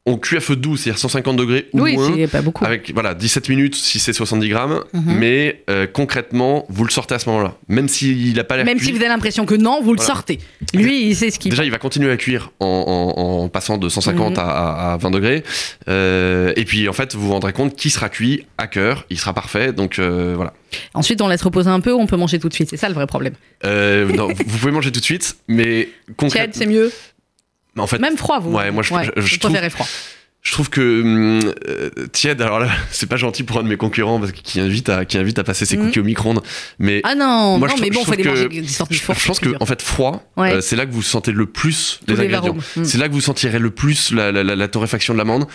on cuit à feu doux, c'est-à-dire 150 degrés ou
Oui,
moins.
c'est pas beaucoup.
Avec voilà 17 minutes si c'est 70 grammes,
Mhm.
mais euh, concrètement vous le sortez à ce moment-là, même s'il a pas l'air
Même
cuit.
si vous avez l'impression que non, vous le
Voilà.
sortez. Lui, il sait ce qu'il
Déjà, il va continuer à cuire en, en- en passant de 150
Mhm.
à- à, à 20 degrés. Euh, et puis, en fait, vous vous rendrez compte qui sera cuit à cœur. Il sera parfait. Donc, euh, voilà.
Ensuite, on laisse reposer un peu, on peut manger tout de suite. C'est ça le vrai problème.
Euh, non, vous vous pouvez manger tout de suite, mais
Tiède,
concrètement.
c'est mieux.
En fait,
Même froid, vous.
Ouais, moi, je- je- je
vous préférez froid.
je trouve que hum, euh, tiède, alors là, c'est pas gentil pour un de mes concurrents parce que- qui invite à, qui invite à passer ses
Mhm.
cookies au micro-ondes. Mais
Ah non,
Moi,
non,
je
mais bon,
trouve- je
faut les
trouve
manger
que-
qui sortent
je,
du four.
je pense que, en fait, froid,
Ouais.
euh, c'est là que vous sentez le plus
Tous
les
les
ingrédients.
varums. Mm.
C'est là que vous sentirez le plus la, la- la- la torréfaction de l'amande.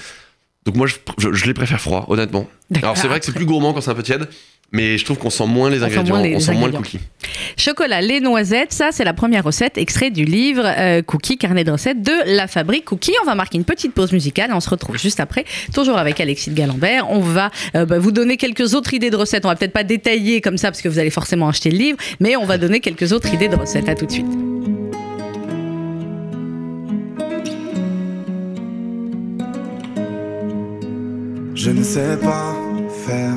Donc moi, je, je- je les préfère froids, honnêtement.
D'accord.
Alors c'est vrai que c'est plus gourmand quand c'est un peu tiède, mais je trouve qu'on sent moins les
On sent
ingrédients,
moins les-
on
les
sent moins le
ingrédients.
cookie.
Ah, Chocolat, les noisettes, ça c'est la première recette extrait du livre euh, Cookie, carnet de recettes de La Fabrique Cookie. On va marquer une petite pause musicale et on se retrouve juste après, toujours avec Alexis de Galambert. On va euh, bah, vous donner quelques autres idées de recettes. On va peut-être pas détailler comme ça parce que vous allez forcément acheter le livre, mais on va donner quelques autres idées de recettes. À tout de suite.
Je ne sais pas faire,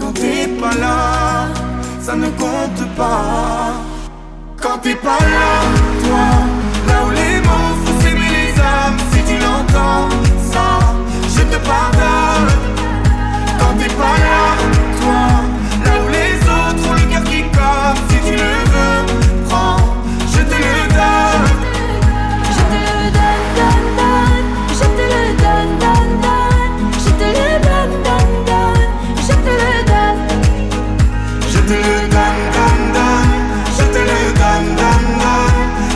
Quand t'es pas là, ça ne compte pas. Quand t'es pas là, toi, là où les mots font s'aimer les âmes, si tu l'entends, ça, je te pardonne. Quand t'es pas là, toi, là où les autres ont le cœur qui coffre, si tu le veux, prends, je te le donne.
Je te le donne, donne, donne. Je te le donne, donne, donne. Je te le donne, donne, donne. Je te le donne.
Je te le donne, donne, donne.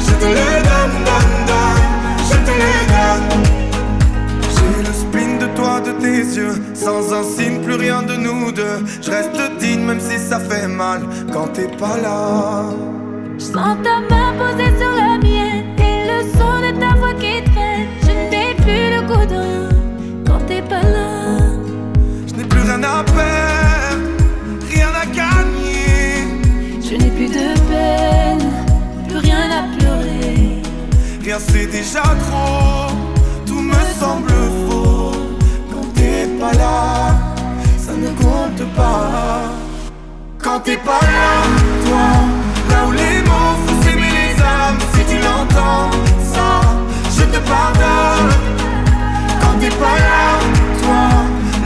Je te le donne, donne, donne. Je te le donne, donne, donne. Je te le donne. J'ai le spleen de toi, de tes yeux. Sans un signe, plus rien de nous deux. Je reste digne, même si ça fait mal quand t'es pas là.
Je sens ta main posée sur la mienne et le son de ta voix qui traîne. Je n'ai plus le goût de rien quand t'es pas là.
Je n'ai plus rien à perdre, rien à gagner.
Je n'ai plus de peine, plus rien à pleurer.
Rien c'est déjà trop, tout me semble faux. Quand t'es pas là, ça ne compte pas. Quand t'es pas là, toi, là où les mots font s'aimer les âmes, si tu l'entends, ça, je te pardonne. Quand t'es pas là, toi,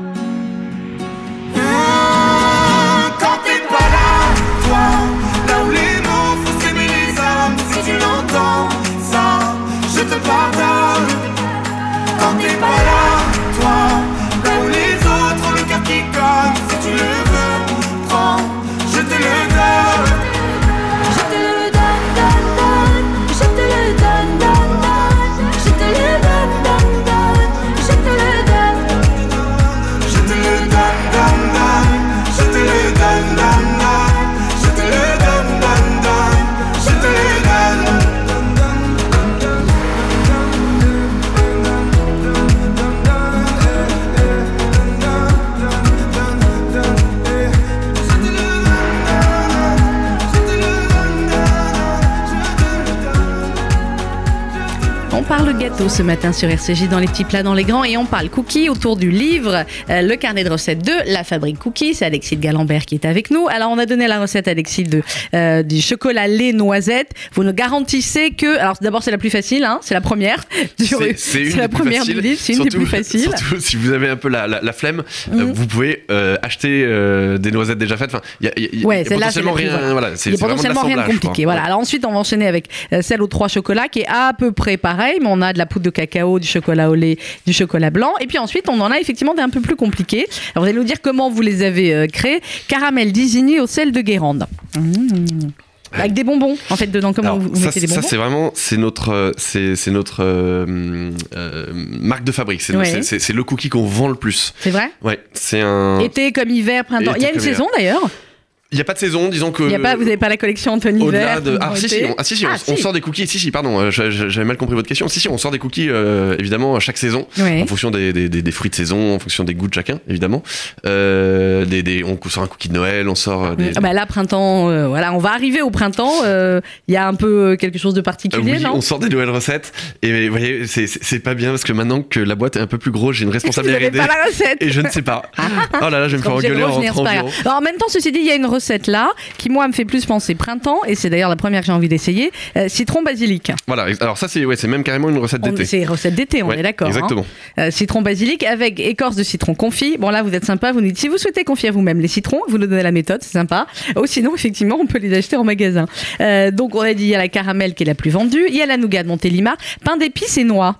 Hein, Quand t'es pas là, toi, là où les mots font s'aimer les âmes, si tu l'entends, ça, je te pardonne. Quand t'es pas là, toi, là où les autres ont le cœur qui cogne, si tu le veux, prends, je te le donne.
Je te le donne, donne, donne. Je te le donne, donne, donne. Je te le donne, donne, donne. Je te le donne.
Je te le donne, donne, donne. Je te le donne, donne, donne. Je te le donne, donne, donne. Je te le
On parle gâteau ce matin sur RCJ dans les petits plats dans les grands et on parle cookies autour du livre euh, Le carnet de recettes de la fabrique cookies. C'est Alexis de Galambert qui est avec nous. Alors on a donné la recette Alexis de euh, du chocolat lait noisette. Vous nous garantissez que alors d'abord c'est la plus facile, hein, c'est la première. Sur-
C'est- C'est une
la
des plus
première
faciles.
du livre, c'est une des
Surtout-
plus faciles.
Surtout si vous avez un peu la, la- la flemme, euh,
Mhm.
vous pouvez euh, acheter euh, des noisettes déjà faites. Enfin, il y a, il y a- il y a
Ouais, celle-là, c'est la
potentiellement
plus-
rien. Voilà, c'est
Il n'y a
c'est vraiment de
potentiellement rien de
l'assemblage, je crois.
compliqué. Voilà. Alors ensuite, on va enchaîner avec euh, celle aux trois chocolats qui est à peu près pareil, mais on a de la poudre de cacao, du chocolat au lait, du chocolat blanc. Et puis ensuite, on en a effectivement des un peu plus compliqués. Alors vous allez nous dire comment vous les avez euh, créés. Caramel désigné au sel de Guérande. Mmh. Avec des bonbons, en fait, dedans. Comment
Alors,
vous, vous
ça,
mettez des
ça,
bonbons
c'est vraiment c'est notre euh, c'est c'est notre euh, hum, euh, marque de fabrique. C'est
Ouais.
c'est- c'est- c'est le cookie qu'on vend le plus.
C'est vrai
Ouais, c'est un.
Été comme hiver, printemps.
Été
Il y a une
comme hiver.
saison d'ailleurs.
Il y a pas de saison, disons que.
Il y a pas, vous n'avez pas la collection Anthony
Au-delà
Hiver.
de. Ah,
printemps,
si, si,
été.
on, ah, si, si,
Ah,
on, on
si.
sort des cookies. Si, si, pardon, euh, je- je- j'avais mal compris votre question. Si, si, on sort des cookies, euh, évidemment, chaque saison,
Ouais.
en fonction des, des- des- des fruits de saison, en fonction des goûts de chacun, évidemment. Euh, des, des- on sort un cookie de Noël, on sort euh, des.
Ah bah là, printemps, euh, voilà, on va arriver au printemps. euh, Il y a un peu euh, quelque chose de
Euh,
particulier,
oui,
non
on sort des nouvelles recettes. Et vous voyez, c'est- c'est c'est pas bien parce que maintenant que la boîte est un peu plus grosse, j'ai une
Vous
responsable
n'avez
R&D.
pas la Ah. recette.
Et je ne sais pas. Oh là là, je vais me
Vous
faire
êtes
engueuler en
revenir, c'est
rentrant au
pas
bureau.
grave. Alors, en même temps, ceci dit, il y a une recette-là, qui moi me fait plus penser printemps, et c'est d'ailleurs la première que j'ai envie d'essayer, euh, citron basilic.
Voilà, ex- alors ça, c'est ouais, c'est même carrément une recette
On-
d'été.
C'est recette d'été, on
Ouais,
est d'accord. hein.
Exactement.
Euh, citron basilic avec écorce de citron confit. Bon là vous êtes sympa, vous nous dites si vous souhaitez confier à vous-même les citrons, vous nous donnez la méthode, c'est sympa. Ou sinon effectivement on peut les acheter en magasin. Euh, donc on a dit il y a la caramel qui est la plus vendue, il y a la nougat de Montélimar, pain d'épices et noix.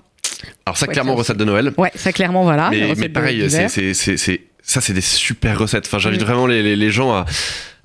Alors ça,
Ouais,
clairement,
ça,
recette de Noël.
Ouais ça clairement voilà. la
mais,
recette
mais
de
pareil,
l'hiver.
c'est, c'est, c'est, c'est- ça, c'est des super recettes. Enfin, j'invite
Mm.
vraiment les, les, les gens à,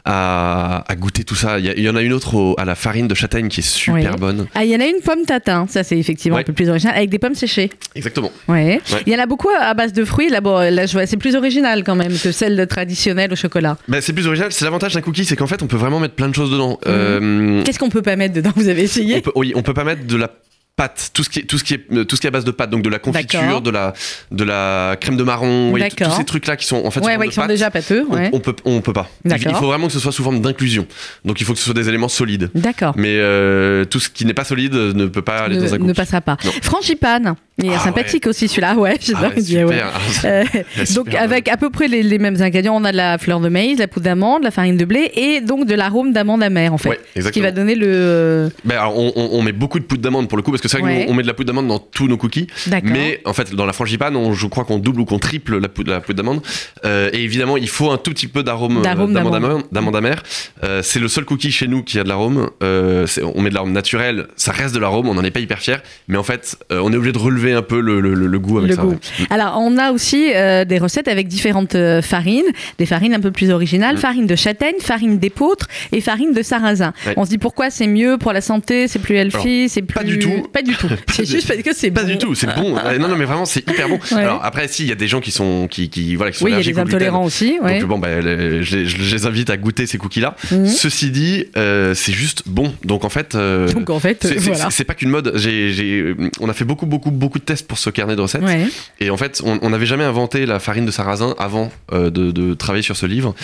à, à goûter tout ça. Il y, a- il y en a une autre au- à la farine de châtaigne qui est super
Oui.
bonne.
Ah il y en a une pomme tatin, ça c'est effectivement
Ouais.
un peu plus original, avec des pommes séchées.
Exactement.
Ouais.
Ouais.
Il y en a beaucoup à base de fruits, là, bon, là je vois, c'est plus original quand même que celle traditionnelle au chocolat.
Bah, c'est plus original. C'est l'avantage d'un cookie, c'est qu'en fait, on peut vraiment mettre plein de choses dedans. Euh,
Qu'est-ce qu'on peut pas mettre dedans Vous avez essayé
on peut, oui, on peut pas mettre de la pâte, tout ce qui est tout ce qui est euh, tout ce qui est à base de pâte, donc de la confiture,
D'accord.
de la de la crème de marron, oui, tous
D'accord.
tous ces trucs là qui sont en fait sous
Ouais,
forme
ouais,
de
qui sont
pâte.
déjà pâteux.
On-
Ouais.
On, peut on peut pas. Il,
D'accord.
il faut vraiment que ce soit sous forme d'inclusion. Donc il faut que ce soit des éléments solides.
D'accord.
Mais euh, tout ce qui n'est pas solide euh, ne peut pas aller
ne,
dans un
ne
cookie.
passera pas.
Non.
Frangipane, il est
Ah
sympathique aussi celui-là, ouais,
Ah
j'adore,
ouais,
il dit, ouais.
super.
Euh,
Ouais, super
donc
bonne.
avec à peu près les, les mêmes ingrédients, on a de la fleur de maïs, de la poudre d'amande, de la farine de blé et donc de l'arôme d'amande amère en fait.
Ouais,
Ce qui
exactement.
va donner le... euh,
Ben, alors, on, on- on met beaucoup de poudre d'amande pour le coup, parce que c'est vrai que
Ouais.
nous, on met de la poudre d'amande dans tous nos cookies.
D'accord.
Mais en fait, dans la frangipane, on, je crois qu'on double ou qu'on triple la poudre, la poudre d'amande. Euh, et évidemment, il faut un tout petit peu d'arôme euh,
D'arôme
d'amande
d'amande.
amère- d'amande amère. Euh, c'est le seul cookie chez nous qui a de l'arôme. Euh, c'est- on met de l'arôme naturel, ça reste de l'arôme, on n'en est pas hyper fier. Mais en fait, euh, on est obligé de relever un peu le, le- le- le goût avec
Le
ça.
goût.
ouais.
Alors on a aussi euh, des recettes avec différentes euh, farines, des farines un peu plus originales,
Mm.
farine de châtaigne, farine d'épeautre et farine de sarrasin.
Ouais.
On se dit pourquoi c'est mieux pour la santé, c'est plus healthy, c'est plus...
pas du tout.
Pas du tout. c'est
du-
juste parce que c'est
Pas
bon.
du tout, c'est bon. Ouais, non, non, mais vraiment, c'est hyper bon.
Ouais.
Alors après, si, il y a des gens qui sont, qui, qui, voilà, qui sont
Oui, il y a
allergiques
des
au gluten.
intolérants aussi. Ouais.
Donc bon, bah, les- je, les- je les invite à goûter ces cookies-là.
Mhm.
Ceci dit, euh, c'est juste bon. Donc en fait, euh,
Donc en fait,
c'est
euh,
c'est-
voilà.
c'est pas qu'une mode. J'ai- j'ai- euh, on a fait beaucoup, beaucoup, beaucoup de tests pour ce carnet de recettes.
Ouais.
Et en fait, on on n'avait jamais inventé la farine de sarrasin avant euh, de, de travailler sur ce livre.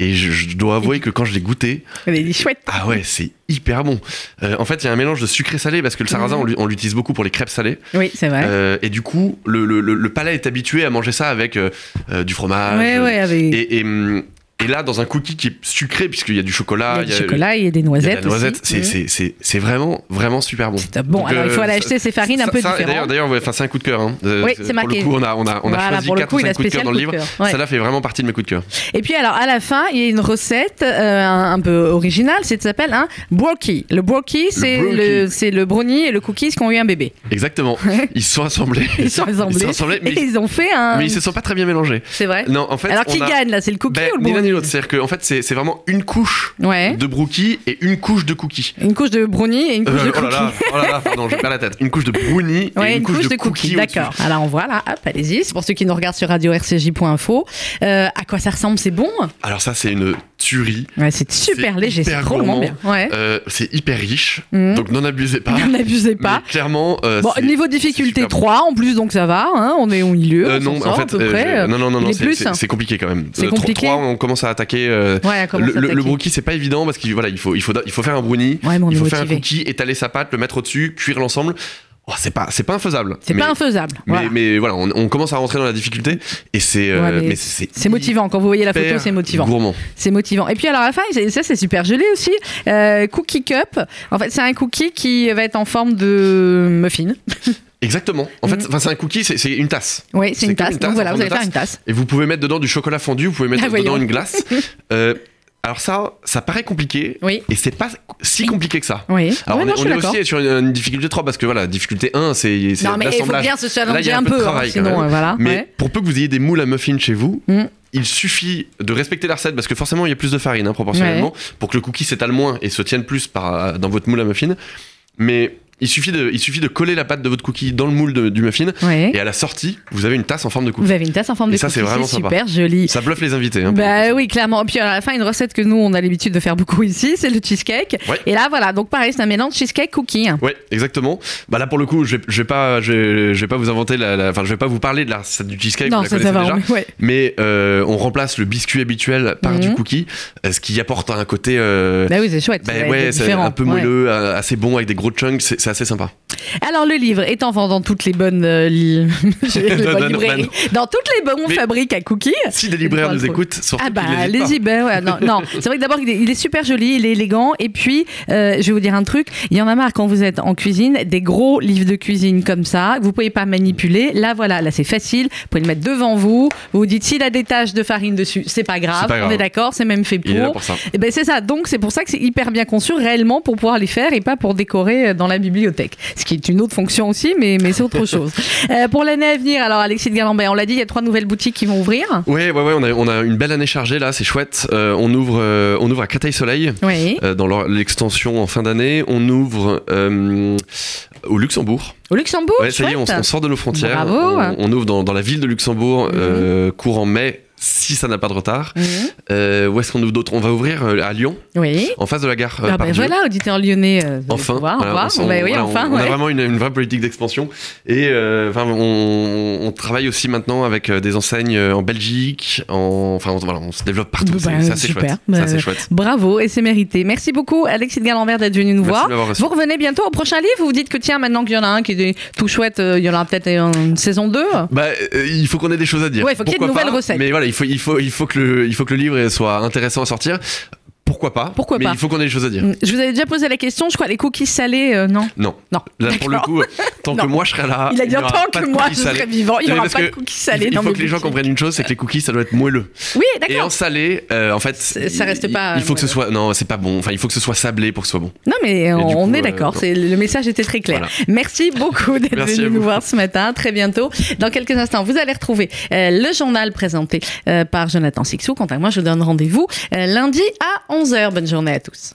Et je, je dois avouer que quand je l'ai goûté,
Elle est chouette.
ah ouais, c'est hyper bon. Euh, en fait, il y a un mélange de sucré-salé parce que le sarrasin, on l'u- on l'utilise beaucoup pour les crêpes salées.
Oui, c'est vrai.
Euh, et du coup, le, le- le- le palais est habitué à manger ça avec euh, euh, du fromage.
ouais, ouais, avec
Et, et, hum, et là, dans un cookie qui est sucré, puisqu'il ah, y a du chocolat,
il y a du chocolat et des
il y a de
noisettes.
la noisette,
aussi. Mhm.
c'est- c'est- c'est c'est vraiment, vraiment super bon.
C'est top. Bon,
Donc,
alors il
euh,
faut aller
ça-
acheter ces farines un
Ça-
peu
ça, D'ailleurs,
différentes.
d'ailleurs, ouais, enfin, c'est un coup de cœur. hein. Euh,
Oui,
c'est-
c'est
Pour
marqué.
le coup, on a, on a, on a
Voilà,
choisi
pour le
4
coup,
ou
il a
5 coups de cœur
spécial
dans
coup
le
de
livre.
cœur, ouais.
Ça, là, fait vraiment partie de mes coups de cœur.
Et puis alors à la fin, il y a une recette euh, un un peu originale, c'est ça s'appelle un brookie. Le brookie, c'est
brookie.
le c'est le brownie et le cookies qui ont eu un bébé.
Exactement. Ils se sont assemblés.
Ils sont
Ils se
assemblés.
sont assemblés, mais,
et ils ont fait un
mais ils se sont pas très bien mélangés.
c'est vrai.
Non, en fait,
alors
on
qui
a-
gagne là, c'est le cookie
Ben,
ou le
ni l'un ni
brownie
l'autre. C'est-à-dire qu'en fait, c'est c'est vraiment une couche
Ouais.
de brookie et une couche de cookie.
Une couche de brownie et une couche
Euh,
de
oh
cookie.
là là, oh là là, pardon, je perds la tête. Une couche de brownie
Ouais,
et une, couche, de, cookies. au-dessus.
d'accord. Alors on voit là, hop, allez-y. C'est pour ceux qui nous regardent sur radio rcj.info. Euh, à quoi ça ressemble C'est bon
Alors ça, c'est une tuerie.
Ouais, c'est super
C'est
léger,
hyper
c'est trop
gourmand.
bien. Ouais.
Euh, c'est hyper riche,
Mhm.
donc n'en abusez pas.
N'abusez
Mais
pas.
clairement, euh,
Bon,
c'est-
niveau
c'est
difficulté
super
3 en plus, donc ça va, hein, on est au milieu.
Euh,
on s'en
non,
sort
en
à
fait,
peu
euh,
près.
je- non, non, non,
Il
non,
est
c'est-
plus. hein.
c'est c'est compliqué quand même.
C'est
Euh, tro-
compliqué.
trois, on commence à attaquer. euh,
Ouais, comment
le,
ça
le, le
t'attaque
brookie, c'est pas évident parce qu'il voilà, il faut, il faut, il faut faire un brownie,
Ouais, mais on
il
est
faut faire un
motivé.
cookie, étaler sa pâte, le mettre au-dessus, cuire l'ensemble. Oh, c'est pas, c'est pas infaisable.
C'est
Mais-
pas infaisable.
Mais
voilà.
mais voilà, on, on commence à rentrer dans la difficulté et c'est. euh,
Ouais, mais
mais c'est
C'est motivant, quand vous voyez la photo,
hyper
c'est motivant.
Gourmand.
C'est motivant. Et puis alors à la fin, c'est- ça c'est super joli aussi. Euh, cookie Cup, en fait c'est un cookie qui va être en forme de muffin.
Exactement. En
Mhm.
fait, enfin, c'est un cookie, c'est c'est une tasse.
Oui,
C'est
c'est une
comme
tasse.
une tasse,
Donc voilà,
en
vous
forme
allez
de
faire une
tasse.
tasse.
Et vous pouvez mettre dedans du chocolat fondu, vous pouvez mettre
Ah,
dedans
voyons.
une glace. Euh, alors ça, ça paraît compliqué,
Oui.
et c'est pas si compliqué que ça.
Oui.
Alors
Ouais, non,
on, est,
je
on
suis
est
d'accord.
aussi sur une, une difficulté 3 parce que voilà, difficulté 1 c'est c'est
Non mais il faut
l'assemblage.
bien se
Là, il y
challenger
a un
un
peu de
peu, hein,
travail, quand
sinon
même.
euh, voilà.
Mais
ouais.
pour peu que vous ayez des moules à muffins chez vous,
Mhm.
il suffit de respecter la recette parce que forcément il y a plus de farine hein, proportionnellement pour que le cookie s'étale moins et se tienne plus par, dans votre moule à muffin. Mais il suffit de, il suffit de coller la pâte de votre cookie dans le moule de- du muffin
Ouais.
et à la sortie vous avez une tasse en forme de
Vous
cookie.
avez une tasse en forme
Et
de
ça, c'est
cookie,
vraiment
c'est
sympa.
super joli.
Ça bluffe les invités. hein, pour le coup,
Bah
ça.
oui, clairement. Puis à la fin, une recette que nous, on a l'habitude de faire beaucoup ici, c'est le cheesecake.
Ouais.
Et là, voilà, donc pareil, c'est un mélange cheesecake cookie.
Ouais, exactement. Bah là pour le coup, je vais, je vais pas, je vais, je vais pas vous inventer la, la- enfin je vais pas vous parler de la recette du cheesecake, vous
non,
la
ça, ça
connaissez
va.
déjà.
on- ouais.
Mais euh, on remplace le biscuit habituel par
Mhm.
du cookie, euh, ce qui apporte un côté, euh,
Bah oui, c'est chouette.
bah
ça va être
ouais, c'est
différent.
un peu
Ouais.
moelleux, euh, assez bon avec des gros chunks. C'est- Ça, c'est assez sympa.
Alors le livre est en vente dans toutes les bonnes, euh, li- les
Non,
bonnes
non, non,
librairies,
bah
dans toutes les bonnes
Mais-
fabriques à cookies.
Si des libraires
Pour
nous
le coup.
écoutent, surtout
Ah bah
qu'ils n'hésitent pas.
allez-y, ben ouais, non, non. c'est vrai que d'abord il est, il est super joli, il est élégant et puis euh, je vais vous dire un truc, il y en a marre quand vous êtes en cuisine, des gros livres de cuisine comme ça, que vous pouvez pas manipuler, là voilà, là c'est facile, vous pouvez le mettre devant vous, vous vous dites s'il a des taches de farine dessus, c'est pas grave,
C'est pas
on
grave.
est d'accord, c'est même fait pour.
Il est là pour ça.
Eh ben c'est ça, donc c'est pour ça que c'est hyper bien conçu réellement pour pouvoir les faire et pas pour décorer euh, dans la bibliothèque, ce qui est une autre fonction aussi, mais, mais c'est autre chose. Euh, pour l'année à venir, alors Alexis de Galambert, on l'a dit, il y a trois nouvelles boutiques qui vont ouvrir.
Ouais, ouais, ouais, on a, on a une belle année chargée là, c'est chouette. Euh, on, ouvre, euh, on ouvre à Créteil-Soleil,
Oui,
euh, dans leur- l'extension en fin d'année. On ouvre euh, au Luxembourg.
au Luxembourg.
Ouais, ça y est, on,
Oh, chouette.
on sort de nos frontières.
Bravo.
On, on ouvre dans, dans la ville de Luxembourg, euh, court en mai, si ça n'a pas de retard.
Mhm.
Euh, où est-ce qu'on ouvre d'autres On va ouvrir euh, à Lyon,
Oui.
en face de la gare. euh,
Ah ben
Pardieu.
voilà, auditeur lyonnais. euh, vous allez
Enfin,
pouvoir
voilà,
voir.
on s'en-
Bah oui,
voilà, on-
enfin.
on, a
ouais.
vraiment une, une vraie politique d'expansion et euh, enfin, on, on travaille aussi maintenant avec euh, des enseignes euh, en Belgique, en, enfin on, voilà, on se développe partout.
Bah,
c'est c'est assez
super.
chouette.
Bah,
C'est assez chouette.
Bravo et c'est mérité. Merci beaucoup Alexis de Galambert d'être venu nous
Merci
voir.
de m'avoir reçu.
Vous revenez bientôt au prochain livre. Vous vous dites que tiens maintenant qu'il y en a un qui est tout chouette, euh, il y en aura peut-être une saison 2
Bah, euh, il faut qu'on ait des choses à dire.
Ouais, il faut qu'il y ait de
Pourquoi
nouvelles
pas,
recettes.
Mais voilà, il faut, il faut, il faut que le, il faut que le livre soit intéressant à sortir. Pourquoi pas
Pourquoi
Mais
pas.
il faut qu'on ait des choses à dire.
Je vous avais déjà posé la question. Je crois les cookies salés, euh, non
Non.
Non.
Là, pour le
D'accord.
coup, ah, tant que
Non.
moi je serai là.
Il a dit
n'y aura
tant
pas
que
de
moi je
cookies salés.
serai vivant, il n'y
Non, mais
aura
parce
pas de
que
cookies salés.
Il
dans
faut
mes
que les gens
boutiques.
comprennent une chose, c'est que les cookies, ça doit être moelleux.
Oui,
Et en
d'accord.
salé, euh, en fait,
C'est- ça
il-
reste pas,
Il faut que ce
euh,
soit, non, c'est pas bon. Enfin, il faut que ce soit sablé pour que ce soit bon.
Non, mais on,
du
on
coup,
est
euh,
d'accord.
non.
c'est- le message était très clair.
Voilà.
Merci beaucoup d'être
Merci
venu
à
nous
vous.
voir ce matin. À Très bientôt. Dans quelques instants, vous allez retrouver euh, le journal présenté euh, par Jonathan Sixou. Quant à moi, je vous donne rendez-vous euh, lundi à 11h. Bonne journée à tous.